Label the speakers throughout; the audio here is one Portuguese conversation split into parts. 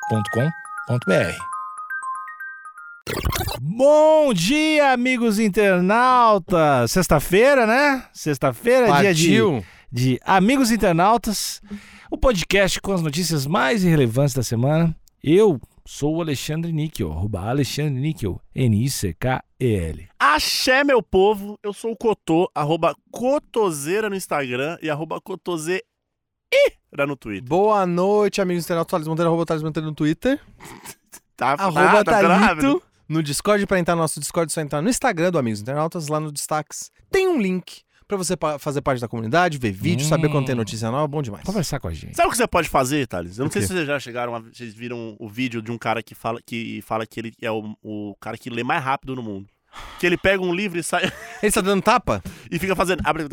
Speaker 1: agenciadepodcast.com.br. Bom dia, amigos internautas! Sexta-feira, né? Sexta-feira, é
Speaker 2: É
Speaker 1: dia de,
Speaker 2: Partiu.
Speaker 1: de Amigos Internautas, o podcast com as notícias mais relevantes da semana. Eu sou o Alexandre Níquel, arroba Alexandre Níquel, N-I-C-K-E-L.
Speaker 3: Axé, meu povo. Eu sou o Cotô, arroba Cotoseira no Instagram e arroba Cotoseira no Twitter.
Speaker 2: Boa noite, amigos internautas. Thales Monteiro, arroba Thales Monteiro no Twitter.
Speaker 3: Tá,
Speaker 2: arroba
Speaker 3: tá, tá
Speaker 2: Thalito no Discord. Pra entrar no nosso Discord, é só entrar no Instagram do Amigos Internautas, lá no Destaques. Tem um link pra você pa- fazer parte da comunidade, ver vídeo,
Speaker 1: Hum.
Speaker 2: saber quando tem notícia nova. Bom
Speaker 3: Tá
Speaker 2: demais.
Speaker 1: Conversar com a gente.
Speaker 3: Sabe o que você pode fazer, Thales? Eu não
Speaker 2: O
Speaker 3: sei
Speaker 2: quê?
Speaker 3: se vocês já chegaram, a- vocês viram o vídeo de um cara que fala que, fala que ele é o, o cara que lê mais rápido no mundo. Que ele pega um livro e sai
Speaker 2: Ele tá dando tapa?
Speaker 3: e fica fazendo. abre-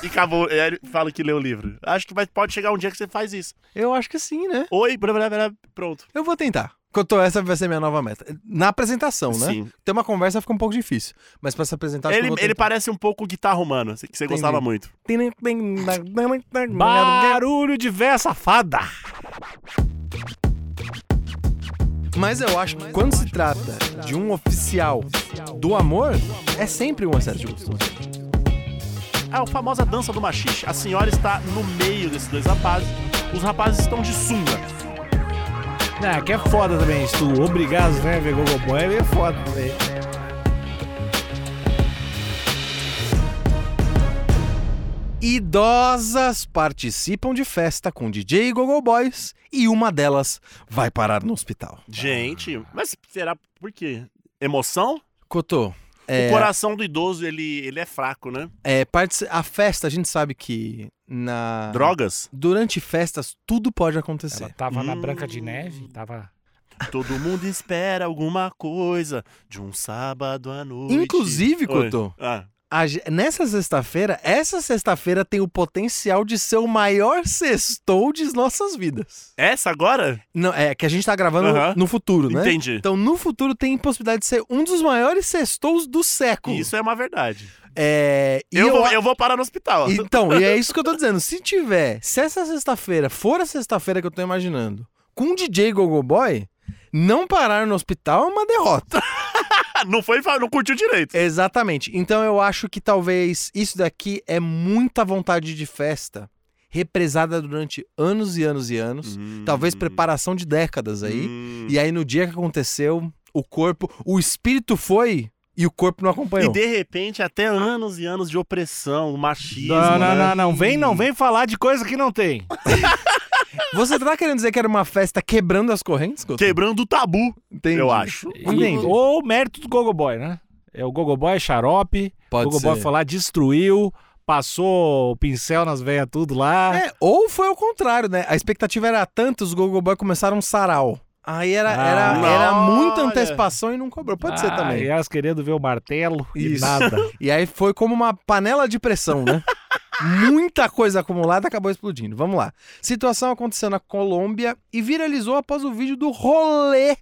Speaker 3: E acabou. E aí ele fala que lê o livro. Acho que vai, pode chegar um dia que você faz isso.
Speaker 2: Eu acho que sim, né?
Speaker 3: Oi, blá, blá, blá, pronto.
Speaker 2: Eu vou tentar. Cotô, essa vai ser minha nova meta. Na apresentação, né?
Speaker 3: Sim.
Speaker 2: Ter uma conversa fica um pouco difícil. Mas pra se apresentar, acho
Speaker 3: Ele,
Speaker 2: que eu
Speaker 3: ele
Speaker 2: vou
Speaker 3: parece um pouco o guitarra humana, que você gostava muito.
Speaker 2: tentar.
Speaker 1: Barulho de véia safada!
Speaker 2: Mas eu acho que quando se trata de um oficial do amor, é sempre um excesso de gostoso.
Speaker 3: Ah, a famosa dança do machixe. A senhora está no meio desses dois rapazes. Os rapazes estão de sunga.
Speaker 1: Ah, que é foda também, se tu obrigar as velhas a ver Gogoboy é meio foda também.
Speaker 2: Idosas participam de festa com DJ e Gogo Boys e uma delas vai parar no hospital.
Speaker 3: Gente, mas será por quê? Emoção?
Speaker 2: Cotô, é,
Speaker 3: O coração do idoso, ele, ele é fraco, né?
Speaker 2: é, partici- a festa, a gente sabe que na
Speaker 3: Drogas?
Speaker 2: durante festas tudo pode acontecer.
Speaker 1: Ela tava na
Speaker 3: Hum.
Speaker 1: Branca de Neve, tava...
Speaker 3: Todo mundo espera alguma coisa de um sábado à noite.
Speaker 2: Inclusive,
Speaker 3: Oi.
Speaker 2: Cotô,
Speaker 3: Ah,
Speaker 2: a ge- nessa sexta-feira, essa sexta-feira tem o potencial de ser o maior sextou de nossas vidas.
Speaker 3: essa agora?
Speaker 2: Não, é que a gente tá gravando
Speaker 3: Aham.
Speaker 2: no futuro, né?
Speaker 3: Entendi.
Speaker 2: Então, no futuro tem possibilidade de ser um dos maiores sextous do século.
Speaker 3: Isso é uma verdade.
Speaker 2: É, Então, e
Speaker 3: Eu,
Speaker 2: eu
Speaker 3: vou,
Speaker 2: a-
Speaker 3: eu vou parar no hospital.
Speaker 2: Então, e é isso que eu tô dizendo. Se tiver, se essa sexta-feira for a sexta-feira que eu tô imaginando, com o DJ Gogo Boy, não parar no hospital é uma derrota.
Speaker 3: Ah, não foi, não curtiu direito.
Speaker 2: É, Exatamente. Então, eu acho que talvez isso daqui é muita vontade de festa, represada durante anos e anos e
Speaker 3: Uhum.
Speaker 2: anos. Talvez preparação de décadas aí.
Speaker 3: Hum.
Speaker 2: E aí, no dia que aconteceu, o corpo, o espírito foi e o corpo não
Speaker 3: E
Speaker 2: acompanhou.
Speaker 3: de repente, até anos e anos de opressão, machismo.
Speaker 1: Não,
Speaker 3: né?
Speaker 1: não, não, não, vem, não, vem falar de coisa que não tem.
Speaker 2: Você tá querendo dizer que era uma festa quebrando as correntes? Couto?
Speaker 3: Quebrando o tabu,
Speaker 2: Entendi.
Speaker 3: eu acho.
Speaker 2: Entendi.
Speaker 1: Ou o mérito do Gogoboy, né? É, o Gogoboy é xarope, o
Speaker 2: Pode
Speaker 1: Gogoboy
Speaker 2: ser.
Speaker 1: foi lá, destruiu, passou o pincel nas veias tudo lá.
Speaker 2: É, ou foi ao contrário, né? A expectativa era tanta, os Gogo Boy começaram um sarau. Aí era, era,
Speaker 1: Ah,
Speaker 2: era muita
Speaker 3: olha.
Speaker 2: antecipação e não cobrou. Pode ser
Speaker 1: Ah, E
Speaker 2: também.
Speaker 1: elas querendo ver o martelo e
Speaker 2: Isso.
Speaker 1: nada.
Speaker 2: E aí foi como uma panela de pressão, né? Muita coisa acumulada acabou explodindo. Vamos lá. Situação aconteceu na Colômbia e viralizou após o vídeo do rolê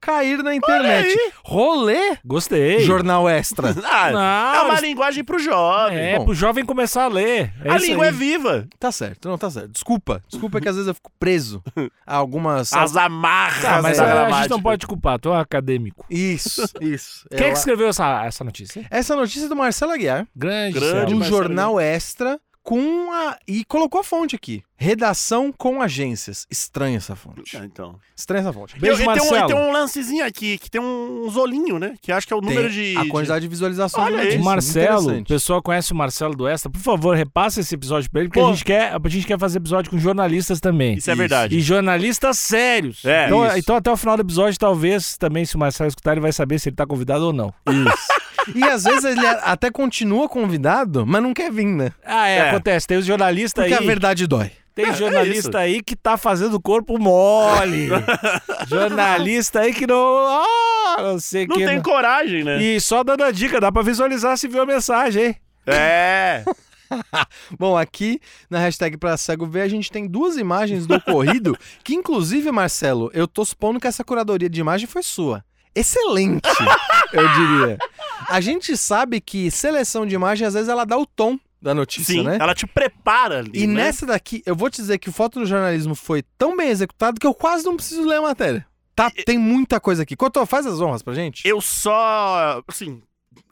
Speaker 2: cair na internet. Rolê?
Speaker 1: Gostei.
Speaker 2: Jornal Extra.
Speaker 3: Ah, é
Speaker 1: Não,
Speaker 3: uma linguagem pro jovem.
Speaker 1: é,
Speaker 2: Bom.
Speaker 1: pro jovem começar a ler. É
Speaker 3: a
Speaker 1: isso
Speaker 3: língua
Speaker 1: aí.
Speaker 3: é viva.
Speaker 2: Tá certo, não, tá certo. Desculpa. Desculpa que às vezes eu fico preso a algumas.
Speaker 3: As amarras
Speaker 1: Ah, mas
Speaker 3: da
Speaker 2: é,
Speaker 1: a gente
Speaker 3: gramática.
Speaker 1: não pode te culpar, tu é um acadêmico.
Speaker 2: Isso, isso.
Speaker 1: Quem é
Speaker 2: Ela-
Speaker 1: que escreveu essa, essa notícia?
Speaker 2: Essa notícia é do Marcelo Aguiar,
Speaker 1: Grande,
Speaker 3: Grande.
Speaker 1: Grande.
Speaker 2: do
Speaker 3: É, Marcelo
Speaker 2: jornal Extra, com a. E colocou a fonte aqui. Redação com agências. Estranha essa fonte.
Speaker 3: Ah, Então.
Speaker 2: Estranha essa fonte.
Speaker 1: Beijo,
Speaker 3: e, tem um, e
Speaker 1: Marcelo.
Speaker 3: tem um lancezinho aqui, que tem uns olhinhos, né? Que acho que é o número
Speaker 2: Tem
Speaker 3: de.
Speaker 2: a quantidade de visualizações
Speaker 3: Olha
Speaker 2: da
Speaker 3: aí.
Speaker 2: notícia,
Speaker 1: O Marcelo, o
Speaker 2: interessante.
Speaker 1: pessoal conhece o Marcelo do Extra. Por favor, repassa esse episódio pra ele, porque
Speaker 3: Pô.
Speaker 1: a gente, quer, a gente quer fazer episódio com jornalistas também.
Speaker 3: de... Isso é verdade.
Speaker 1: E jornalistas sérios.
Speaker 3: É,
Speaker 1: então,
Speaker 2: isso.
Speaker 1: então até o final do episódio, talvez, também, se o Marcelo escutar, ele vai saber se ele tá convidado ou não.
Speaker 2: E às vezes ele a- até continua convidado, mas não quer vir, né?
Speaker 1: Ah, é,
Speaker 3: É.
Speaker 1: acontece. Tem os
Speaker 3: Tá
Speaker 1: jornalistas
Speaker 2: Porque
Speaker 1: aí.
Speaker 2: a verdade dói.
Speaker 1: Tem jornalista
Speaker 3: isso.
Speaker 1: aí que tá fazendo o corpo mole. jornalista aí que não. Ah, não sei
Speaker 3: Não
Speaker 1: que.
Speaker 3: tem coragem, né?
Speaker 1: E só dando a dica, dá pra visualizar se viu a mensagem, hein?
Speaker 3: É.
Speaker 2: Bom, aqui na hashtag pra cego ver, a gente tem duas imagens do ocorrido, que inclusive, Marcelo, eu tô supondo que essa curadoria de imagem foi sua. Excelente, eu diria. A gente sabe que seleção de imagem, às vezes, ela dá o tom da notícia,
Speaker 3: Sim,
Speaker 2: né?
Speaker 3: ela te prepara ali.
Speaker 2: E
Speaker 3: né?
Speaker 2: nessa daqui, eu vou te dizer que o foto do jornalismo foi tão bem executado que eu quase não preciso ler a matéria. Tá, tem muita coisa aqui. Cotô, faz as honras pra gente.
Speaker 3: Eu só. Assim,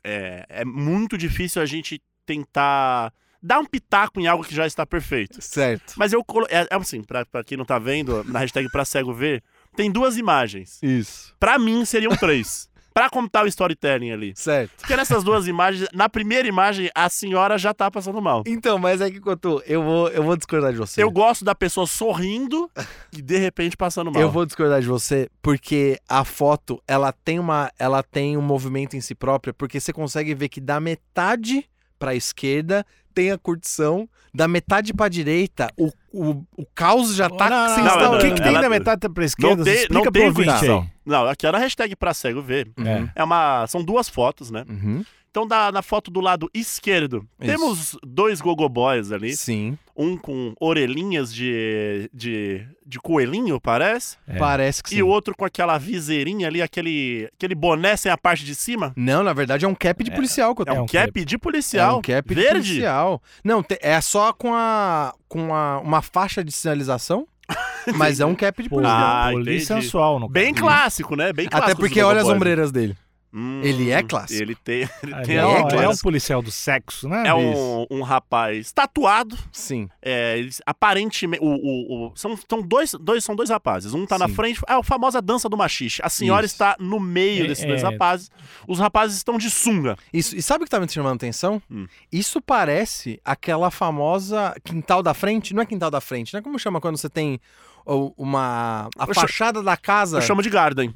Speaker 3: é, é muito difícil a gente tentar dar um pitaco em algo que já está perfeito.
Speaker 2: Certo.
Speaker 3: Mas eu colo... é, é assim, pra, pra quem não tá vendo, na hashtag pra cego ver, tem duas imagens.
Speaker 2: Isso.
Speaker 3: Pra mim, seriam três. pra contar o storytelling ali.
Speaker 2: Certo.
Speaker 3: Porque nessas duas imagens, na primeira imagem, a senhora já tá passando mal.
Speaker 2: Então, mas é que, Cotô, eu vou, eu vou discordar de você.
Speaker 3: Eu gosto da pessoa sorrindo e de repente passando mal.
Speaker 2: Eu vou discordar de você porque a foto, ela tem uma, ela tem um movimento em si própria, porque você consegue ver que da metade pra esquerda tem a curtição, da metade pra direita o, o, o caos já tá
Speaker 1: Não,
Speaker 2: sem
Speaker 1: não,
Speaker 3: instalar.
Speaker 1: não,
Speaker 2: instalar.
Speaker 1: o que, que tem
Speaker 3: Ela-
Speaker 1: da metade pra esquerda?
Speaker 3: Não tem-
Speaker 1: Explica
Speaker 3: não
Speaker 1: pro
Speaker 3: tem
Speaker 1: ouvinte aí. Hum.
Speaker 3: curtição. Não, aqui era a hashtag pra cego ver.
Speaker 2: Uhum.
Speaker 3: É uma. São duas fotos, né?
Speaker 2: Uhum.
Speaker 3: Então, da- na foto do lado esquerdo,
Speaker 2: Isso.
Speaker 3: temos dois gogoboys ali.
Speaker 2: Sim.
Speaker 3: Um com orelhinhas de, de, de coelhinho, parece.
Speaker 1: É.
Speaker 2: Parece que sim.
Speaker 3: E o outro com aquela viseirinha ali, aquele, aquele boné sem a parte de cima.
Speaker 2: Não, na verdade é um cap de policial, Cotô.
Speaker 3: É um,
Speaker 1: um
Speaker 3: cap,
Speaker 1: cap.
Speaker 3: de policial.
Speaker 2: É um cap de
Speaker 3: verde.
Speaker 2: policial. Não, te- é só com a com a, uma faixa de sinalização, mas é um cap de
Speaker 1: Pô,
Speaker 2: policial.
Speaker 3: Ah,
Speaker 1: Poli
Speaker 3: entendi.
Speaker 1: sensual, no
Speaker 3: Bem
Speaker 1: caso.
Speaker 3: clássico, né? Bem clássico.
Speaker 2: Até
Speaker 3: dos
Speaker 2: porque olha as
Speaker 3: Gogoboys.
Speaker 2: ombreiras dele.
Speaker 3: Hum,
Speaker 2: Ele é clássico.
Speaker 3: Ele tem. Ele
Speaker 1: Ah,
Speaker 3: tem
Speaker 1: é,
Speaker 3: a
Speaker 2: é
Speaker 1: um-
Speaker 3: ombreira.
Speaker 1: é um policial do sexo, né?
Speaker 3: É um, um rapaz tatuado.
Speaker 2: Sim.
Speaker 3: É, eles, aparentemente. O, o- o- são, são, dois, dois, são dois rapazes. Um tá na
Speaker 2: Sim.
Speaker 3: frente. É a famosa dança do machixe. A senhora
Speaker 2: Isso.
Speaker 3: está no meio
Speaker 1: É,
Speaker 3: desses dois
Speaker 1: é.
Speaker 3: rapazes. Os rapazes estão de sunga.
Speaker 2: Isso, e sabe o que tá me chamando atenção?
Speaker 3: Hum.
Speaker 2: Isso parece aquela famosa quintal da frente. Não é quintal da frente, né? Como chama quando você tem ou, uma. A
Speaker 3: Eu cha-
Speaker 2: fachada da casa.
Speaker 3: Eu chamo de Garden.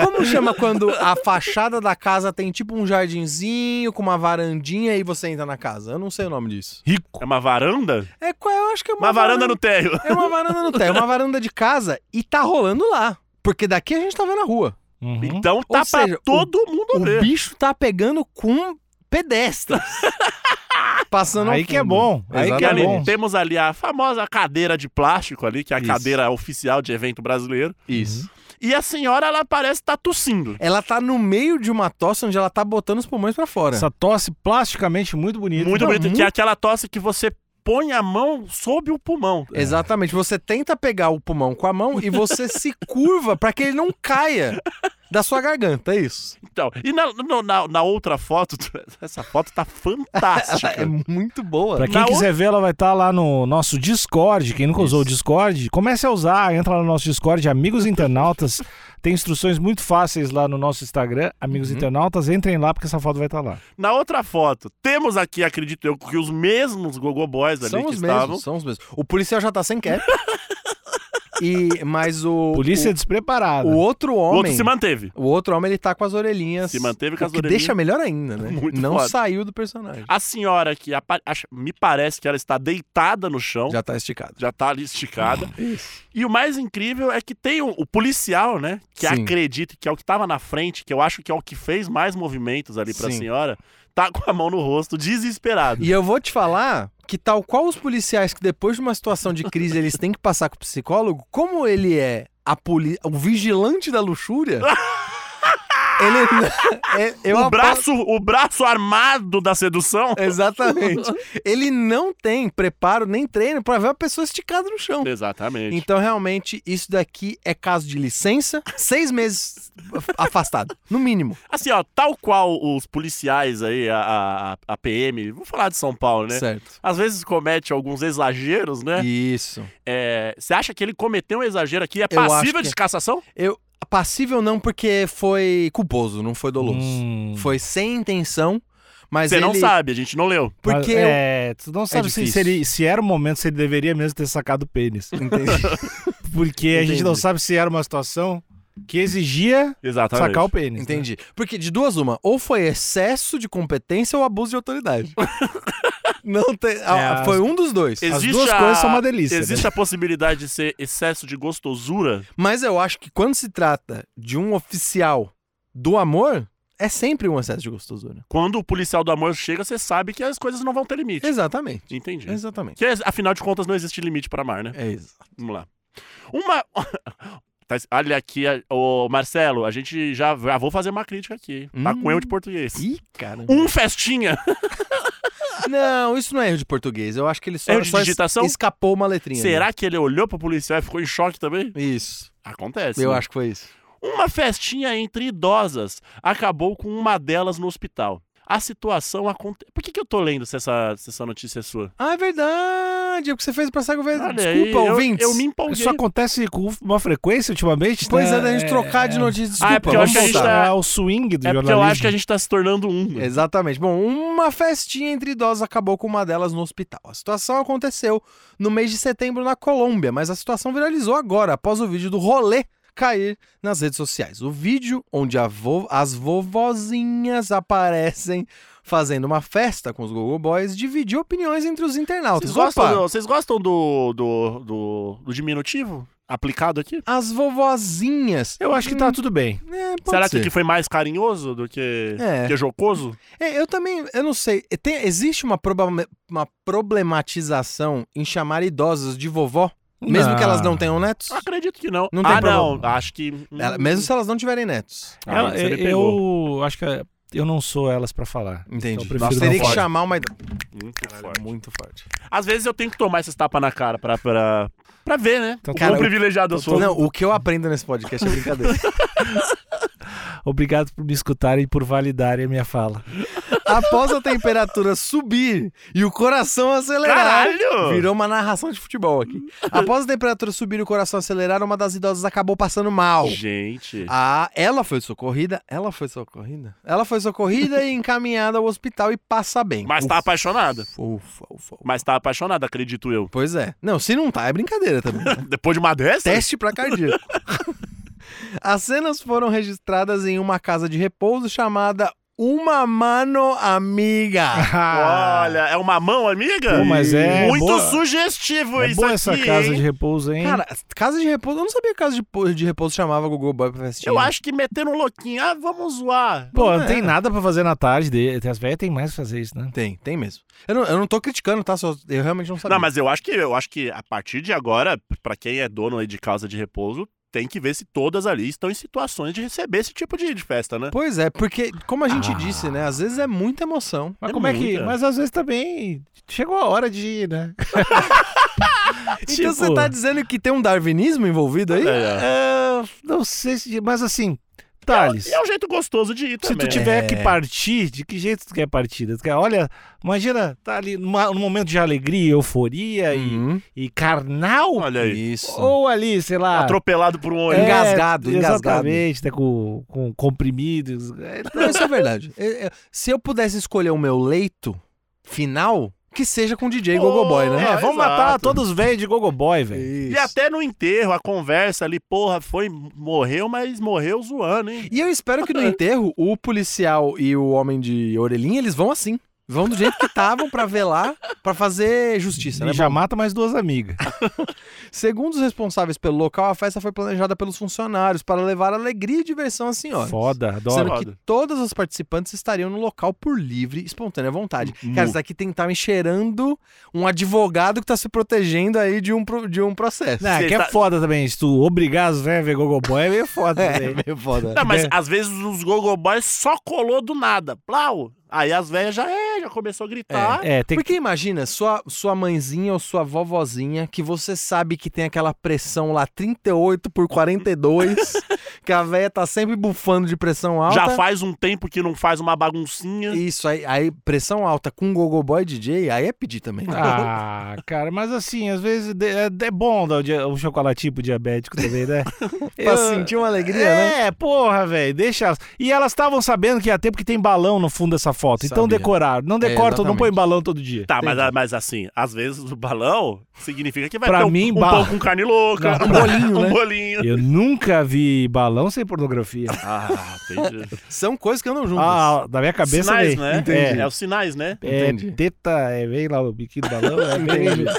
Speaker 2: Como chama quando a fachada da casa tem tipo um jardinzinho com uma varandinha e você entra na casa? Eu não sei o nome disso.
Speaker 1: Rico.
Speaker 3: É uma varanda?
Speaker 2: É, qual- eu acho que é uma,
Speaker 3: Uma varanda no térreo.
Speaker 2: É uma varanda no térreo, é uma varanda de casa e tá rolando lá. Porque daqui a gente tá vendo a rua.
Speaker 1: Uhum.
Speaker 3: Então tá pra
Speaker 2: seja, o-
Speaker 3: todo mundo
Speaker 2: O
Speaker 3: ver.
Speaker 2: bicho tá pegando com pedestres. Passando ao
Speaker 1: Aí que é
Speaker 2: fundo.
Speaker 1: bom, aí
Speaker 3: Que
Speaker 2: tá
Speaker 1: que é
Speaker 3: ali,
Speaker 1: bom.
Speaker 3: temos ali a famosa cadeira de plástico ali, que é a
Speaker 2: Isso.
Speaker 3: cadeira oficial de evento brasileiro.
Speaker 1: Uhum.
Speaker 2: Isso.
Speaker 3: E a senhora, ela parece estar tossindo.
Speaker 2: Ela tá no meio de uma tosse onde ela tá botando os pulmões pra fora.
Speaker 1: Essa tosse plasticamente muito bonita.
Speaker 3: Muito
Speaker 2: Não,
Speaker 3: bonito, que
Speaker 2: muito-
Speaker 3: é aquela tosse que você põe a mão sob o pulmão.
Speaker 1: É.
Speaker 2: Exatamente. Você tenta pegar o pulmão com a mão e você se curva pra que ele não caia da sua garganta. É isso.
Speaker 3: Então, e na, no- na, na outra foto, essa foto tá fantástica.
Speaker 2: Ela é muito boa.
Speaker 1: Pra quem
Speaker 3: Na
Speaker 1: quiser ver, ela vai estar lá no nosso Discord. Quem nunca usou o
Speaker 2: Isso.
Speaker 1: Discord, comece a usar. Entra lá no nosso Discord, amigos internautas. Tem instruções muito fáceis lá no nosso Instagram, amigos
Speaker 2: Uhum.
Speaker 1: internautas. Entrem lá porque essa foto vai estar lá.
Speaker 3: Na outra foto, temos aqui, acredito eu, que os mesmos gogoboys ali
Speaker 2: São
Speaker 3: que
Speaker 2: os
Speaker 3: estavam.
Speaker 2: mesmos, são os mesmos. O policial já tá sem cap. e, mas o.
Speaker 1: Polícia
Speaker 2: o,
Speaker 1: despreparada.
Speaker 2: o outro
Speaker 3: O
Speaker 2: homem.
Speaker 3: outro se manteve.
Speaker 2: O outro homem, ele tá com as orelhinhas.
Speaker 3: Se manteve com
Speaker 2: o
Speaker 3: as
Speaker 2: que
Speaker 3: orelhinhas.
Speaker 2: deixa melhor ainda, né?
Speaker 3: Muito
Speaker 2: Não
Speaker 3: foda.
Speaker 2: saiu do personagem.
Speaker 3: A senhora que apa- acha- me parece que ela está deitada no chão, já,
Speaker 2: Já tá esticado.
Speaker 3: tá ali esticada.
Speaker 2: Isso.
Speaker 3: E o mais incrível é que tem o, o policial, né? Que
Speaker 2: Sim.
Speaker 3: acredita que é o que tava na frente, que eu acho que é o que fez mais movimentos ali pra
Speaker 2: Sim.
Speaker 3: senhora, tá com a mão no rosto, desesperado.
Speaker 2: E eu vou te falar que tal qual os policiais que depois de uma situação de crise eles têm que passar com o psicólogo, como ele é a poli... o vigilante da luxúria... ele... é- eu
Speaker 3: o,
Speaker 2: aposto-
Speaker 3: braço, o braço armado da sedução.
Speaker 2: Exatamente. Ele não tem preparo nem treino pra ver uma pessoa esticada no chão.
Speaker 3: Exatamente.
Speaker 2: Então, realmente, isso daqui é caso de licença, seis meses afastado, no mínimo.
Speaker 3: Assim, ó, tal qual os policiais aí, a, a, a PM, vou falar de São Paulo, né?
Speaker 2: Certo.
Speaker 3: Às vezes comete alguns exageros, né?
Speaker 2: Isso.
Speaker 3: É, Você acha que ele cometeu um exagero aqui? É
Speaker 2: Eu acho
Speaker 3: passível
Speaker 2: que
Speaker 3: de
Speaker 2: é.
Speaker 3: cassação?
Speaker 2: Eu, passível não, porque foi culposo, não foi doloso.
Speaker 1: Hum.
Speaker 2: Foi sem intenção, mas
Speaker 3: Você não
Speaker 2: ele-
Speaker 3: sabe, a gente não leu.
Speaker 1: Mas,
Speaker 2: Porque... eu-
Speaker 1: é, tu não sabe se,
Speaker 2: difícil.
Speaker 1: se ele- se era o momento, se ele deveria mesmo ter sacado o pênis.
Speaker 2: Entendi.
Speaker 1: Porque a gente
Speaker 2: Entendi.
Speaker 1: não sabe se era uma situação que exigia
Speaker 3: Exatamente.
Speaker 1: sacar o pênis. né?
Speaker 2: Entendi. Porque de duas uma, ou foi excesso de competência ou abuso de autoridade. não tem- ah,
Speaker 1: É, as-
Speaker 2: Foi um dos
Speaker 1: As
Speaker 2: dois.
Speaker 3: Existe
Speaker 1: duas
Speaker 3: a-
Speaker 1: coisas são uma delícia. né?
Speaker 3: Existe a possibilidade de ser excesso de gostosura?
Speaker 2: Mas eu acho que quando se trata de um oficial do amor, é sempre um excesso de gostosura.
Speaker 3: Quando o policial do amor chega, você sabe que as coisas não vão ter limite.
Speaker 2: Exatamente.
Speaker 3: Entendi.
Speaker 2: Exatamente.
Speaker 3: Porque, afinal de contas, não existe limite pra amar, né?
Speaker 2: É isso.
Speaker 3: Vamos lá. Uma. Tá, Olha aqui, a- ô Marcelo, a gente já, já vou fazer uma crítica aqui. Tá
Speaker 2: Hum.
Speaker 3: com eu de português.
Speaker 2: Ih, caramba.
Speaker 3: Um festinha
Speaker 2: Não, isso não é erro de português. Eu acho que ele só,
Speaker 3: Erro de
Speaker 2: só es-
Speaker 3: digitação?
Speaker 2: escapou uma letrinha.
Speaker 3: Será que ele olhou pro policial e ficou em choque também?
Speaker 2: ali. Isso.
Speaker 3: Acontece.
Speaker 2: eu
Speaker 3: né?
Speaker 2: acho que foi isso.
Speaker 3: Uma festinha entre idosas acabou com uma delas no hospital. A situação acontece. Por que, que eu tô lendo se essa, se essa notícia é sua?
Speaker 2: Ah, é verdade. É o que você fez pra saco velho.
Speaker 3: Olha aí,
Speaker 2: Desculpa,
Speaker 3: eu,
Speaker 2: ouvintes. É
Speaker 3: eu me empolguei. É
Speaker 1: Isso acontece com uma frequência ultimamente,
Speaker 2: Pois é,
Speaker 1: né?
Speaker 2: da gente trocar de notícia. Desculpa.
Speaker 3: Ah, é porque eu
Speaker 2: vamos
Speaker 3: acho que a gente
Speaker 2: voltar.
Speaker 3: tá-
Speaker 1: É o swing do
Speaker 3: É porque
Speaker 1: jornalismo.
Speaker 3: eu acho que a gente tá se tornando um. né?
Speaker 2: Exatamente. Bom, uma festinha entre idosos acabou com uma delas no hospital. A situação aconteceu no mês de setembro na Colômbia, mas a situação viralizou agora, após o vídeo do rolê cair nas redes sociais. O vídeo onde a vo- as vovozinhas aparecem fazendo uma festa com os Google Boys dividiu opiniões entre os internautas.
Speaker 3: Vocês gostam,
Speaker 2: Opa!
Speaker 3: do, vocês gostam do, do, do, do diminutivo aplicado aqui?
Speaker 2: As vovozinhas.
Speaker 1: Eu acho que tá tudo bem.
Speaker 2: É, pode
Speaker 3: Será
Speaker 2: ser.
Speaker 3: que que foi mais carinhoso do que,
Speaker 2: É.
Speaker 3: que jocoso?
Speaker 2: É, eu também, eu não sei. eh, Tem- existe uma, proba- uma problematização em chamar idosas de vovó, mesmo que
Speaker 1: Ah.
Speaker 2: elas não tenham netos?
Speaker 3: Acredito que não.
Speaker 2: Não tem
Speaker 3: ah,
Speaker 2: problema.
Speaker 3: não. Acho que. hum,
Speaker 2: Ela- mesmo se elas não tiverem netos.
Speaker 3: Ah,
Speaker 1: Ela-
Speaker 3: você me pegou.
Speaker 1: eu acho que é- eu não sou elas pra falar.
Speaker 2: Entendi.
Speaker 1: prefiro
Speaker 2: Nós
Speaker 1: não
Speaker 2: teria que
Speaker 1: falar.
Speaker 2: chamar uma.
Speaker 3: Muito hum, forte.
Speaker 2: Muito forte.
Speaker 3: Às vezes eu tenho que tomar esses tapas na cara pra, pra, pra ver, né?
Speaker 1: Então,
Speaker 3: o
Speaker 1: cara,
Speaker 3: quão
Speaker 1: eu-
Speaker 3: privilegiado eu sou.
Speaker 2: Não, o que eu aprendo nesse podcast é brincadeira.
Speaker 1: Obrigado por me escutarem e por validarem a minha fala.
Speaker 2: Após a temperatura subir e o coração acelerar.
Speaker 3: Caralho!
Speaker 2: Virou uma narração de futebol aqui. Após a temperatura subir e o coração acelerar, uma das idosas acabou passando mal.
Speaker 3: Gente.
Speaker 2: Ah, ela foi socorrida? Ela foi socorrida? Ela foi socorrida e encaminhada ao hospital e passa bem.
Speaker 3: Mas tá apaixonada.
Speaker 2: Ufa, ufa, ufa.
Speaker 3: Mas tá apaixonada, acredito eu.
Speaker 2: Pois é. Não, se não tá, é brincadeira também. né?
Speaker 3: Depois de uma dessa?
Speaker 2: Teste pra cardíaco. As cenas foram registradas em uma casa de repouso chamada Uma Mano Amiga.
Speaker 3: Olha, é uma mão, amiga?
Speaker 1: Pô, mas é
Speaker 3: Muito
Speaker 1: boa.
Speaker 3: sugestivo
Speaker 1: é
Speaker 3: isso
Speaker 1: boa
Speaker 3: aqui,
Speaker 1: essa casa
Speaker 3: hein?
Speaker 1: de repouso, hein?
Speaker 2: Cara, casa de repouso, eu não sabia que casa de, po- de repouso chamava Google Boy pra festinha.
Speaker 3: Eu acho que meter um louquinho. Ah, vamos zoar.
Speaker 1: Pô, não
Speaker 2: é.
Speaker 1: tem nada pra fazer na tarde. dele. As velhas tem mais pra fazer isso, né?
Speaker 2: Tem, tem mesmo. Eu não, eu não tô criticando, tá? Só- eu realmente não sabia.
Speaker 3: Não, mas eu acho que eu acho que a partir de agora, pra quem é dono aí de casa de repouso, tem que ver se todas ali estão em situações de receber esse tipo de, de festa, né?
Speaker 2: Pois é, porque, como a gente
Speaker 1: Ah.
Speaker 2: disse, né? Às vezes é muita emoção.
Speaker 1: Mas
Speaker 3: É
Speaker 1: como é que.
Speaker 3: muita.
Speaker 1: Mas às vezes também chegou a hora de ir, né? Tipo,
Speaker 2: Então você tá dizendo que tem um darwinismo envolvido aí?
Speaker 3: É, é.
Speaker 1: Ah, não sei se. Mas assim, Thales.
Speaker 3: E é um jeito gostoso de ir
Speaker 1: Se
Speaker 3: também.
Speaker 1: tu tiver
Speaker 2: É.
Speaker 1: que partir, de que jeito tu quer partir? Tu quer- olha, imagina, tá ali numa- num momento de alegria, euforia e-
Speaker 2: Uhum.
Speaker 1: e, carnal.
Speaker 3: Hum. Olha aí.
Speaker 2: Isso.
Speaker 1: Ou ali, sei lá.
Speaker 3: Atropelado por um
Speaker 2: É.
Speaker 3: ônibus.
Speaker 2: Engasgado, engasgado.
Speaker 1: Exatamente, né, com, com comprimidos. É,
Speaker 2: Não, isso é verdade. Eu- eu- se eu pudesse escolher o meu leito final, que seja com DJ Gogo Boy, né?
Speaker 1: é,
Speaker 3: Ah,
Speaker 1: vamos matar
Speaker 3: exato.
Speaker 1: todos os velhos de Gogo Boy, velho.
Speaker 2: Isso.
Speaker 3: E até no enterro, a conversa ali, porra, foi, morreu, mas morreu zoando, hein?
Speaker 2: E eu espero que no enterro o policial e o homem de orelhinha, eles vão assim. Vão do jeito que estavam pra velar, pra fazer justiça, né?
Speaker 1: E já mata mais duas amigas.
Speaker 2: Segundo os responsáveis pelo local, a festa foi planejada pelos funcionários para levar alegria e diversão à senhora.
Speaker 1: Foda,
Speaker 2: Sendo
Speaker 1: adoro.
Speaker 2: que todas as participantes estariam no local por livre e espontânea vontade.
Speaker 1: Uhum.
Speaker 3: Mu.
Speaker 2: Cara, isso daqui tem que estar me cheirando um advogado que tá se protegendo aí de um, pro- de um processo.
Speaker 1: Não,
Speaker 3: Cê
Speaker 1: que é
Speaker 3: tá-
Speaker 1: foda também. Se tu obrigar as velhas a ver Gogo Boy, é meio foda. também.
Speaker 2: meio foda.
Speaker 3: Não, mas
Speaker 1: É.
Speaker 3: às vezes os gogoboys só colou do nada. Plau! Aí as velhas já é, já começou a gritar.
Speaker 1: É, tem que.
Speaker 2: Porque imagina, sua, sua mãezinha ou sua vovozinha, que você sabe que tem aquela pressão lá 38 por 42, que a véia tá sempre bufando de pressão
Speaker 1: É
Speaker 2: alta.
Speaker 3: Já faz um tempo que não faz uma baguncinha.
Speaker 2: Isso, aí, aí pressão alta com gogoboy DJ, aí é pedir também.
Speaker 1: Ah, cara, mas assim, às vezes de- é, é bom dar o, dia- o chocolatinho pro diabético também, né?
Speaker 2: pra
Speaker 1: Eu-
Speaker 2: sentir uma alegria, né?
Speaker 1: É, porra, velho, deixa elas. E elas estavam sabendo que ia ter porque tem balão no fundo dessa foto. Então
Speaker 2: Sabia.
Speaker 1: decoraram. Não
Speaker 2: É,
Speaker 1: decora, não
Speaker 2: exatamente.
Speaker 1: põe balão todo dia.
Speaker 3: Tá, mas,
Speaker 2: Entendi.
Speaker 3: mas assim, às vezes o balão significa que vai
Speaker 1: Pra
Speaker 3: ter um,
Speaker 1: mim,
Speaker 3: um
Speaker 1: bala-
Speaker 3: pão com carne louca,
Speaker 1: Não, né?
Speaker 3: um bolinho,
Speaker 2: né?
Speaker 3: um bolinho.
Speaker 1: Eu nunca vi balão sem pornografia.
Speaker 3: Ah, entendi.
Speaker 2: São coisas que andam juntas.
Speaker 1: Ah, da minha cabeça
Speaker 3: sinais,
Speaker 1: veio.
Speaker 3: né?
Speaker 1: É,
Speaker 3: É os sinais, né?
Speaker 1: é
Speaker 2: Entendi.
Speaker 1: teta, é vem lá o biquíni do balão, é,
Speaker 2: Entendi.
Speaker 1: vem,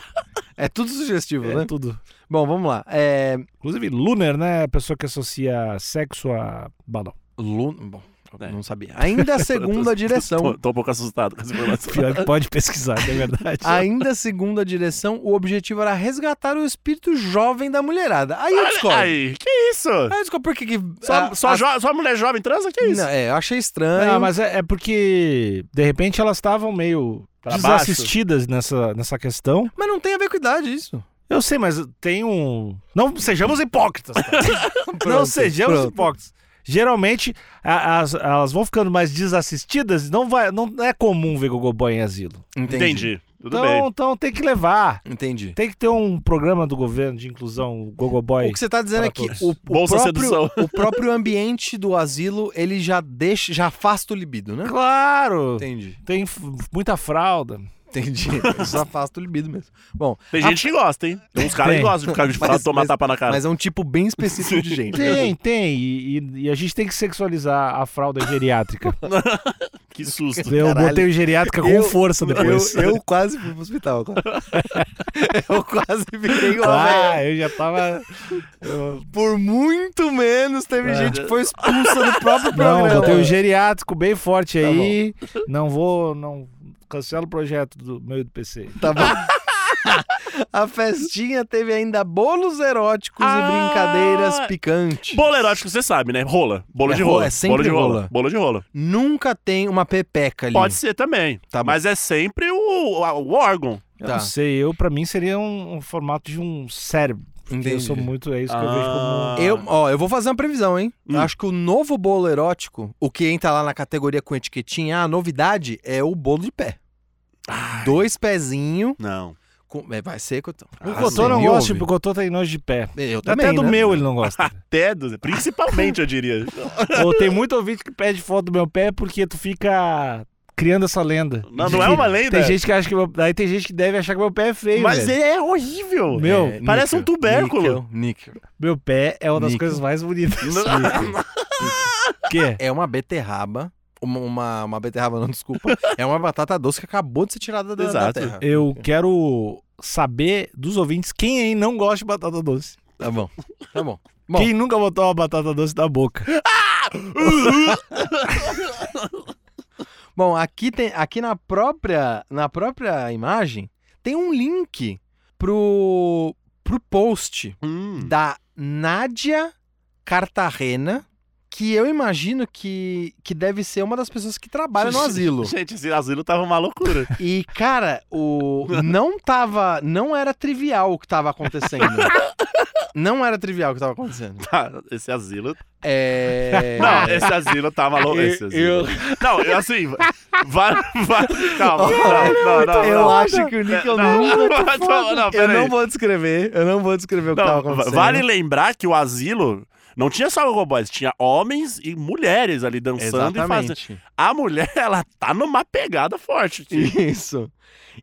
Speaker 2: É tudo sugestivo,
Speaker 1: é
Speaker 2: né?
Speaker 1: tudo.
Speaker 2: Bom, vamos lá. É...
Speaker 1: Inclusive, Lunar, né? A pessoa que associa sexo a balão.
Speaker 2: Lu- Bom,
Speaker 3: É.
Speaker 2: Não sabia. Ainda segundo a direção.
Speaker 3: Tô, tô um pouco assustado com essa informação.
Speaker 1: Pior que pode pesquisar, que é verdade.
Speaker 2: Ainda segundo a direção, o objetivo era resgatar o espírito jovem da mulherada. Aí eu descobri. Aí
Speaker 3: Aí, que isso?
Speaker 2: eu descobri por que. que
Speaker 3: Só,
Speaker 2: a-
Speaker 3: só,
Speaker 2: Ah, a-
Speaker 3: jo- só mulher jovem transa? Que isso? Ah,
Speaker 2: Não, é, eu achei estranho.
Speaker 1: Não, mas é, é porque, de repente, elas estavam meio
Speaker 3: Pra baixo.
Speaker 1: desassistidas nessa, nessa questão.
Speaker 2: Mas não tem a ver com idade isso.
Speaker 1: Eu sei, mas tem um. Não sejamos hipócritas. cara. não
Speaker 2: Pronto,
Speaker 1: sejamos
Speaker 2: pronto.
Speaker 1: hipócritas. Geralmente, a- as- elas vão ficando mais desassistidas, não, vai, não é comum ver gogoboy em asilo.
Speaker 2: Entendi. Entendi.
Speaker 3: Entendi. Tudo
Speaker 1: Então,
Speaker 3: bem.
Speaker 1: então tem que levar. Tem que ter um programa do governo de inclusão gogoboy.
Speaker 2: O que você tá dizendo
Speaker 1: Para
Speaker 2: é que
Speaker 1: todos.
Speaker 2: o, o
Speaker 3: Bolsa
Speaker 2: próprio,
Speaker 3: sedução.
Speaker 2: o próprio ambiente do asilo, ele já deixa, já afasta o libido, né?
Speaker 1: Claro! Tem,
Speaker 2: Entendi.
Speaker 1: f- muita fralda.
Speaker 2: Entendi. Isso afasta o libido mesmo. Bom,
Speaker 3: Tem
Speaker 2: a-
Speaker 3: gente que gosta, hein? Tem uns caras que
Speaker 1: Tem.
Speaker 3: gostam de ficar de fato
Speaker 2: Mas-
Speaker 3: tomar
Speaker 2: mas-
Speaker 3: tapa na cara.
Speaker 2: mas é um tipo bem específico de gente.
Speaker 1: Tem, tem. E, e- e a gente tem que sexualizar a fralda geriátrica.
Speaker 3: Que susto.
Speaker 1: Eu
Speaker 2: Caralho.
Speaker 1: botei o geriátrica com
Speaker 2: Eu-
Speaker 1: força depois.
Speaker 2: Eu, eu quase fui pro hospital, cara. Eu quase fiquei igual a velha.
Speaker 1: ah, eu já tava. eu-
Speaker 2: Por muito menos teve
Speaker 1: É.
Speaker 2: gente que foi expulsa do próprio
Speaker 1: Não,
Speaker 2: programa. Tá
Speaker 1: botei o geriátrico bem forte aí. Não vou. não Cancela o projeto do meu e do PC.
Speaker 2: Tá bom. A festinha teve ainda bolos eróticos e
Speaker 3: Ah!
Speaker 2: brincadeiras picantes.
Speaker 3: Bolo erótico, você sabe, né? Rola. Bolo
Speaker 2: É
Speaker 3: de
Speaker 2: rola,
Speaker 3: rola.
Speaker 2: é sempre
Speaker 3: bolo de
Speaker 2: rola.
Speaker 3: rola. Bolo de rola.
Speaker 2: Nunca tem uma pepeca ali.
Speaker 3: Pode ser também.
Speaker 2: Tá bom.
Speaker 3: mas é sempre o, o órgão.
Speaker 1: Eu
Speaker 2: Tá.
Speaker 1: não sei, eu, pra mim, seria um, um formato de um cérebro. porque
Speaker 2: Entendi.
Speaker 1: Eu sou muito, é isso que eu vejo como. um-
Speaker 3: Ah.
Speaker 2: Eu, ó, eu vou fazer uma previsão, hein?
Speaker 3: Hum.
Speaker 2: Acho que o novo bolo erótico, o que entra lá na categoria com etiquetinha, a novidade é o bolo de pé.
Speaker 3: Ai,
Speaker 2: Dois pezinho
Speaker 3: Não.
Speaker 2: com- é, vai ser cotão.
Speaker 1: O
Speaker 3: Ah,
Speaker 1: Cotô
Speaker 3: você
Speaker 1: não
Speaker 2: me
Speaker 1: gosta,
Speaker 2: ouve?
Speaker 1: porque o Cotô tem nojo de pé.
Speaker 2: Eu também,
Speaker 1: Até do
Speaker 2: né?
Speaker 1: meu ele não gosta.
Speaker 3: Até do... Principalmente, eu diria.
Speaker 1: Ou tem muito ouvinte que pede foto do meu pé porque tu fica criando essa lenda.
Speaker 3: Não, não é uma lenda.
Speaker 1: Tem gente que acha que meu... Aí tem gente que deve achar que meu pé é feio,
Speaker 3: Mas
Speaker 1: velho.
Speaker 3: ele é horrível.
Speaker 1: Meu,
Speaker 2: É,
Speaker 3: parece um
Speaker 2: níquel,
Speaker 3: tubérculo.
Speaker 2: Níquel, níquel.
Speaker 1: Meu pé é uma das
Speaker 2: Nico.
Speaker 1: coisas mais bonitas.
Speaker 3: Não-
Speaker 1: O quê?
Speaker 2: É uma beterraba. Uma, uma, uma beterraba, não, desculpa. é uma batata doce que acabou de ser tirada da, da
Speaker 3: Exato.
Speaker 2: terra.
Speaker 1: Eu quero saber dos ouvintes quem aí não gosta de batata doce.
Speaker 2: Tá bom. Tá bom. Bom.
Speaker 1: Quem nunca botou uma batata doce na boca?
Speaker 2: Bom, aqui, tem, aqui na, própria, na própria imagem tem um link pro, pro post
Speaker 3: Hum.
Speaker 2: da Nádia Cartagena, que eu imagino que, que deve ser uma das pessoas que trabalha no asilo.
Speaker 3: Gente, esse asilo tava uma loucura.
Speaker 2: E, cara, o não tava. Não era trivial o que tava acontecendo. Não era trivial o que tava acontecendo.
Speaker 3: Tá, esse asilo.
Speaker 2: É.
Speaker 3: Não, esse asilo tava louco. Esse asilo. Não, eu assim. Vai, vai. Calma. Não, não, não.
Speaker 2: eu
Speaker 3: não. É,
Speaker 2: acho que o Nickel
Speaker 3: Não,
Speaker 2: não.
Speaker 3: não, não, não,
Speaker 2: eu não
Speaker 3: peraí.
Speaker 2: vou descrever. Eu não vou descrever o que tava
Speaker 3: Não,
Speaker 2: acontecendo.
Speaker 3: vale lembrar que o asilo não tinha só gogoboys, tinha homens e mulheres ali dançando e fazendo.
Speaker 2: Exatamente.
Speaker 3: A mulher, ela tá numa pegada forte. tio.
Speaker 2: Isso.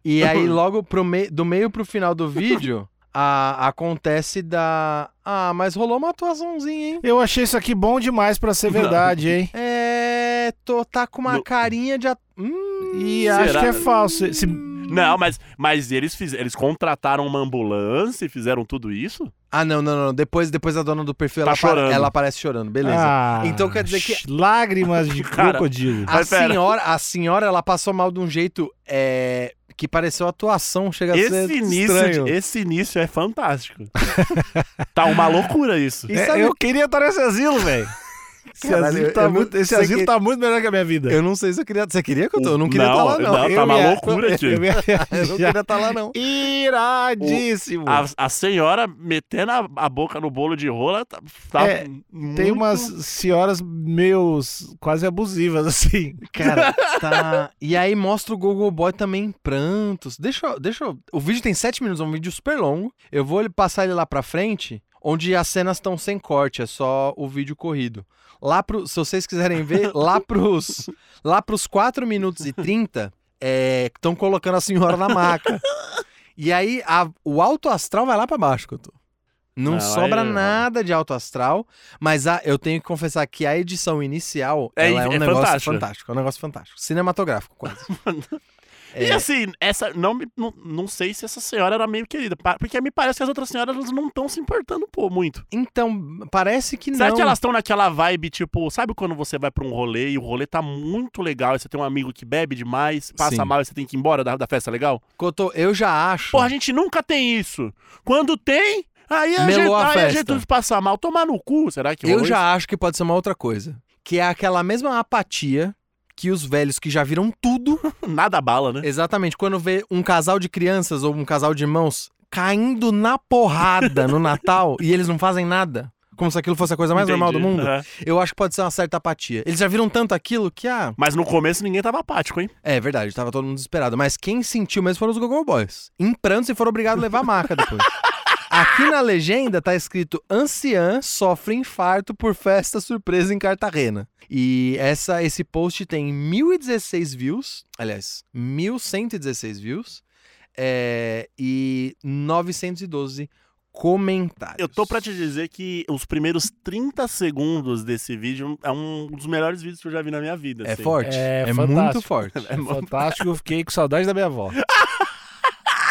Speaker 2: E aí, logo pro mei- do meio pro final do vídeo, a- acontece da. Ah, mas rolou uma atuaçãozinha, hein?
Speaker 1: Eu achei isso aqui bom demais pra ser verdade, hein?
Speaker 2: É. Tô, tá com uma
Speaker 3: No-
Speaker 2: carinha de. at- Hum,
Speaker 1: E
Speaker 3: Será?
Speaker 1: acho que é falso. Se-
Speaker 3: Não, mas, mas eles fizeram, eles contrataram uma ambulância e fizeram tudo isso?
Speaker 2: Ah, não, não, não. Depois, depois a dona do perfil
Speaker 3: Tá
Speaker 2: ela, apa-
Speaker 3: chorando.
Speaker 2: ela aparece chorando, beleza.
Speaker 1: Ah,
Speaker 2: Então quer dizer que-
Speaker 1: Lágrimas de
Speaker 3: Cara,
Speaker 1: crocodilo.
Speaker 2: A
Speaker 3: mas pera.
Speaker 2: senhora, a senhora, ela passou mal de um jeito é, que pareceu atuação, chega a
Speaker 3: Esse
Speaker 2: ser
Speaker 3: início,
Speaker 2: estranho.
Speaker 3: de- esse início é fantástico. tá uma loucura isso.
Speaker 2: E
Speaker 1: É,
Speaker 2: sabe-
Speaker 1: Eu queria estar nesse asilo, velho. Esse
Speaker 2: Caralho,
Speaker 1: asilo,
Speaker 2: eu-
Speaker 1: tá,
Speaker 2: eu não-
Speaker 1: muito, esse
Speaker 2: você
Speaker 1: asilo
Speaker 2: que-
Speaker 1: tá muito melhor que a minha vida.
Speaker 2: Eu não sei se eu queria. Você queria que eu tô? Eu não queria
Speaker 3: Não,
Speaker 2: estar lá, não.
Speaker 3: não,
Speaker 2: Eu,
Speaker 3: tá
Speaker 1: me
Speaker 3: uma
Speaker 1: a-
Speaker 3: loucura aqui.
Speaker 1: Eu me
Speaker 2: eu não
Speaker 1: achar
Speaker 2: queria estar lá, não.
Speaker 1: Iradíssimo.
Speaker 3: A, a senhora metendo a, a boca no bolo de rola tá, tá
Speaker 1: É,
Speaker 3: muito-
Speaker 1: Tem umas senhoras meio quase abusivas, assim.
Speaker 2: Cara, tá. E aí mostra o Google Boy também em prantos. Deixa, eu- deixa. eu- O vídeo tem 7 minutos, é um vídeo super longo. Eu vou ele- passar ele lá pra frente, onde as cenas estão sem corte, é só o vídeo corrido. Lá pro, se vocês quiserem ver, lá pros, lá pros 4 minutos e 30, estão colocando a senhora na maca. E aí a- o alto astral vai lá pra baixo, que eu tô. Não,
Speaker 3: Não, aí
Speaker 2: sobra
Speaker 3: é errado.
Speaker 2: nada de alto astral, mas a- eu tenho que confessar que a edição inicial
Speaker 3: É,
Speaker 2: ela é um
Speaker 3: é
Speaker 2: negócio
Speaker 3: fantástico.
Speaker 2: fantástico. É um negócio fantástico. Cinematográfico, quase.
Speaker 3: E assim, essa. Não, me- não, não sei se essa senhora era meio querida. pa- Porque me parece que as outras senhoras elas não estão se importando pô, muito.
Speaker 2: Então, parece que
Speaker 3: Será
Speaker 2: não.
Speaker 3: que elas estão naquela vibe, tipo, sabe quando você vai pra um rolê e o rolê tá muito legal, e você tem um amigo que bebe demais, passa
Speaker 2: Sim.
Speaker 3: mal e você tem que ir embora da, da festa legal?
Speaker 2: Cotô, eu já acho.
Speaker 3: Porra, a gente nunca tem isso. Quando tem, aí a
Speaker 2: Melou
Speaker 3: gente,
Speaker 2: a
Speaker 3: aí a
Speaker 2: festa.
Speaker 3: gente tudo passa mal. Tomar no cu, será que
Speaker 2: eu
Speaker 3: rolou isso?
Speaker 2: já acho que pode ser uma outra coisa. Que é aquela mesma apatia que os velhos que já viram tudo
Speaker 3: Nada bala,
Speaker 2: É
Speaker 3: né?
Speaker 2: Exatamente. Quando vê um casal de crianças ou um casal de irmãos caindo na porrada no Natal e eles não fazem nada, como se aquilo fosse a coisa mais normal do
Speaker 3: Entendi.
Speaker 2: mundo,
Speaker 3: É.
Speaker 2: eu acho que pode ser uma certa apatia. Eles já viram tanto aquilo que, ah,
Speaker 3: Mas no começo ninguém tava apático, hein?
Speaker 2: é verdade, tava todo mundo desesperado. Mas quem sentiu mesmo foram os Google Boys. Em prantos e foram obrigados a levar a marca depois. Aqui na legenda tá escrito: Anciã sofre infarto por festa surpresa em Cartagena. E essa, esse post tem 1.016 views. Aliás, 1.116 views. é, e 912 comentários.
Speaker 3: Eu tô pra te dizer que os primeiros 30 segundos desse vídeo é um dos melhores vídeos que eu já vi na minha vida.
Speaker 2: É
Speaker 3: assim.
Speaker 2: forte.
Speaker 1: É
Speaker 2: é
Speaker 1: fantástico.
Speaker 2: muito forte.
Speaker 1: É fantástico, eu fiquei com saudade da minha avó.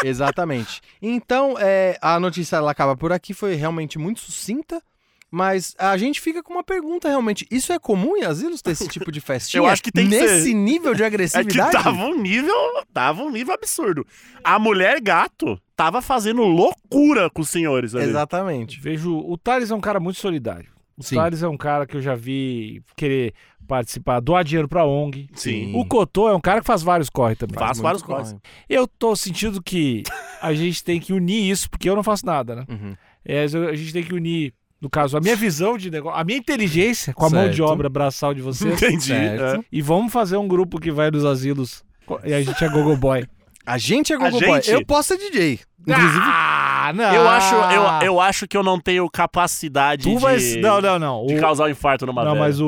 Speaker 2: Exatamente. Então, é, a notícia ela acaba por aqui, foi realmente muito sucinta, mas a gente fica com uma pergunta realmente. Isso é comum em asilos ter esse tipo de festinha?
Speaker 3: Eu acho que tem que
Speaker 2: Nesse
Speaker 3: ser.
Speaker 2: nível de
Speaker 3: É que
Speaker 2: agressividade?
Speaker 3: tava um nível, tava um nível absurdo. A mulher gato tava fazendo loucura com os senhores ali.
Speaker 2: Exatamente.
Speaker 1: Vejo. O Thales é um cara muito solidário. O
Speaker 2: Sim.
Speaker 1: Thales é um cara que eu já vi querer participar, doar dinheiro pra ONG.
Speaker 3: Sim.
Speaker 1: O Cotô é um cara que faz vários corre também.
Speaker 3: Faz.
Speaker 2: muito
Speaker 3: vários
Speaker 2: corre.
Speaker 3: corres.
Speaker 1: Eu tô sentindo que a gente tem que unir isso, porque eu não faço nada, né?
Speaker 2: Uhum.
Speaker 1: É, a gente tem que unir, no caso, a minha visão de negócio, a minha inteligência com a mão de
Speaker 2: Certo.
Speaker 1: obra braçal de vocês.
Speaker 3: Entendi.
Speaker 2: Certo.
Speaker 3: é.
Speaker 1: e vamos fazer um grupo que vai nos asilos. E a gente é Gogo Boy.
Speaker 2: A gente é Google
Speaker 3: gente?
Speaker 2: Boy. Eu posso ser DJ. Inclusive,
Speaker 1: ah, não.
Speaker 3: É. Eu, acho, eu, eu acho que eu não tenho capacidade
Speaker 1: Ah! Tu
Speaker 3: de,
Speaker 1: vai. Não, não, não.
Speaker 3: de
Speaker 1: O-
Speaker 3: causar um infarto numa
Speaker 1: Não,
Speaker 3: velha.
Speaker 1: mas o,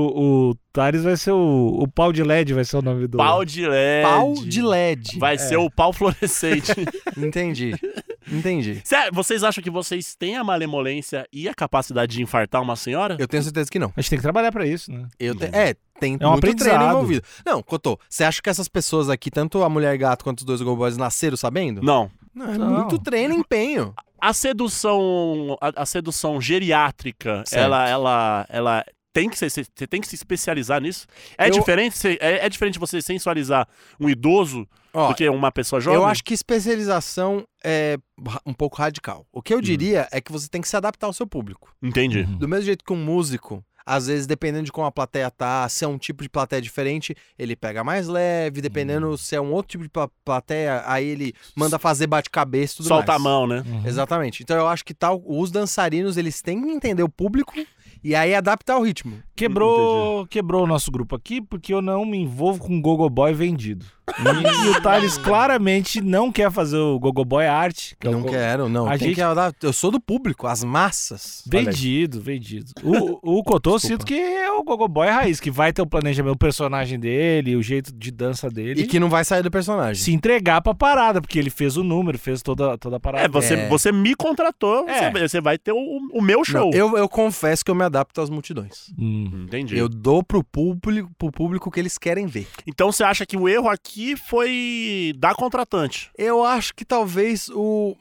Speaker 1: o Thales vai ser o, o pau de LED, vai ser o nome do.
Speaker 3: Pau de LED.
Speaker 2: pau de LED.
Speaker 3: É Vai
Speaker 1: É.
Speaker 3: ser o pau fluorescente.
Speaker 2: Entendi. Entendi.
Speaker 3: Sério, vocês acham que vocês têm a malemolência e a capacidade de infartar uma senhora?
Speaker 2: Eu tenho certeza que não.
Speaker 1: A gente tem que trabalhar pra isso, né?
Speaker 2: Eu te- É, tem
Speaker 1: É um
Speaker 2: muito treino
Speaker 1: aprendizado.
Speaker 2: envolvido. Não, Cotô, você acha que essas pessoas aqui, tanto a mulher gato quanto os dois Google Boys, nasceram sabendo?
Speaker 3: Não.
Speaker 2: Não, é
Speaker 1: Não.
Speaker 2: muito treino e empenho.
Speaker 3: A sedução, a, a sedução geriátrica,
Speaker 2: Certo.
Speaker 3: ela, ela, ela tem que ser, você tem que se especializar nisso. É
Speaker 2: Eu-
Speaker 3: diferente, você- é, é diferente você sensualizar um idoso
Speaker 2: Ó,
Speaker 3: do que uma pessoa é jovem.
Speaker 2: eu acho que especialização é ra- um pouco radical. O
Speaker 3: Hum.
Speaker 2: que eu diria é que você tem que se adaptar ao seu público.
Speaker 3: Entendi.
Speaker 2: Do mesmo jeito que um músico, às vezes, dependendo de como a plateia tá, se é um tipo de plateia diferente, ele pega mais leve, dependendo
Speaker 3: Hum.
Speaker 2: se é um outro tipo de pla- plateia, aí ele manda fazer bate-cabeça e tudo
Speaker 3: Solta
Speaker 2: mais.
Speaker 3: a mão, né?
Speaker 2: Exatamente. Então eu acho que tal, os dançarinos, eles têm que entender o público e aí adaptar o ritmo.
Speaker 1: Quebrou, quebrou o nosso grupo aqui porque eu não me envolvo com gogoboy vendido. E, e o Thales claramente não quer fazer o gogoboy arte.
Speaker 3: Então,
Speaker 1: Que é o
Speaker 2: não
Speaker 1: go-
Speaker 2: quero, não.
Speaker 1: a
Speaker 2: Tem
Speaker 1: gente-
Speaker 2: que adaptar. Eu sou do público, as massas.
Speaker 1: Vendido, vendido. O, o Cotô eu
Speaker 2: Desculpa.
Speaker 1: sinto que é o gogoboy raiz, que vai ter o planejamento, o personagem dele, o jeito de dança dele.
Speaker 2: E que não vai sair do personagem.
Speaker 1: se entregar pra parada, porque ele fez o número, fez toda, toda a parada.
Speaker 3: É, você,
Speaker 2: É.
Speaker 3: você me contratou,
Speaker 1: É.
Speaker 3: você, você vai ter o, o meu
Speaker 2: Não,
Speaker 3: show.
Speaker 2: eu, eu confesso que eu me adapto às multidões.
Speaker 1: Hum.
Speaker 3: Entendi.
Speaker 2: Eu dou pro público, pro público que eles querem ver.
Speaker 3: Então você acha que o erro aqui foi da contratante.
Speaker 2: Eu acho que talvez o.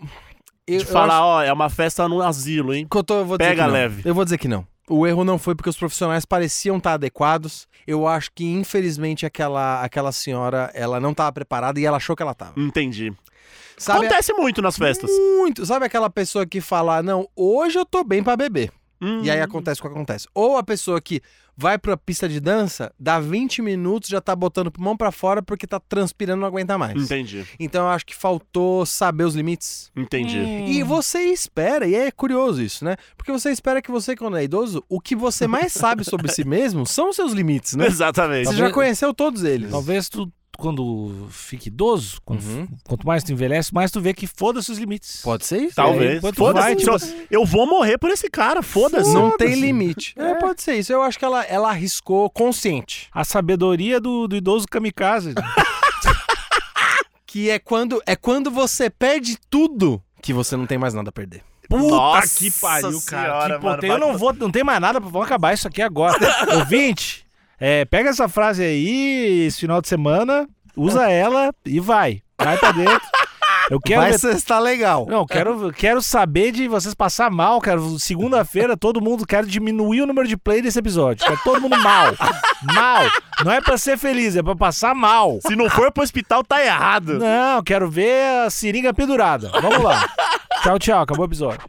Speaker 2: Eu,
Speaker 3: De
Speaker 2: eu
Speaker 3: falar,
Speaker 2: acho
Speaker 3: ó, é uma festa no asilo, hein?
Speaker 2: que eu tô- eu vou dizer
Speaker 3: Pega
Speaker 2: que não.
Speaker 3: leve.
Speaker 2: Eu vou dizer que não. O erro não foi porque os profissionais pareciam estar adequados. Eu acho que, infelizmente, aquela, aquela senhora ela não estava preparada e ela achou que ela estava.
Speaker 3: Entendi.
Speaker 2: Sabe,
Speaker 3: Acontece muito nas festas.
Speaker 2: muito. Sabe aquela pessoa que fala, não, hoje eu tô bem pra beber.
Speaker 3: Hum.
Speaker 2: E aí acontece o que acontece. Ou a pessoa que vai pra pista de dança, dá 20 minutos, já tá botando o pulmão pra fora porque tá transpirando, não aguenta mais.
Speaker 3: Entendi.
Speaker 2: Então eu acho que faltou saber os limites.
Speaker 3: Entendi.
Speaker 1: Hum.
Speaker 2: E você espera, e é curioso isso, né? Porque você espera que você, quando é idoso, o que você mais sabe sobre si mesmo são os seus limites, né?
Speaker 3: Exatamente.
Speaker 2: Você já conheceu todos eles.
Speaker 1: Talvez tu, quando fique idoso, quando-
Speaker 2: Uhum.
Speaker 1: quanto mais tu envelhece, mais tu vê que foda-se os limites.
Speaker 2: Pode ser isso? né?
Speaker 1: É,
Speaker 3: Talvez.
Speaker 1: enquanto vai,
Speaker 3: Foda-se.
Speaker 1: tipo
Speaker 3: só-
Speaker 1: assim.
Speaker 3: Eu vou morrer por esse cara, foda-se.
Speaker 2: Não tem limite. É,
Speaker 1: É.
Speaker 2: pode ser isso. Eu acho que ela, ela arriscou consciente.
Speaker 1: A sabedoria do, do idoso kamikaze.
Speaker 2: Que é quando é quando você perde tudo que você não tem mais nada a perder.
Speaker 1: Puta
Speaker 3: Nossa
Speaker 1: que pariu, cara.
Speaker 3: senhora,
Speaker 1: que potência.
Speaker 3: mano.
Speaker 1: eu não vou, não tem mais nada, vamos acabar isso aqui agora. Ouvinte, é, pega essa frase aí, esse final de semana. usa ela e vai. Vai pra dentro. Eu quero
Speaker 2: Vai
Speaker 1: ver-
Speaker 2: cestar legal.
Speaker 1: Não, quero, quero saber de vocês passar mal, quero Segunda-feira, todo mundo quer diminuir o número de play desse episódio. Quer todo mundo mal. Mal. Não é pra ser feliz, é pra passar mal.
Speaker 3: Se não for pro hospital, tá errado.
Speaker 1: Não, quero ver a seringa pendurada. Vamos lá. Tchau, tchau. Acabou o episódio.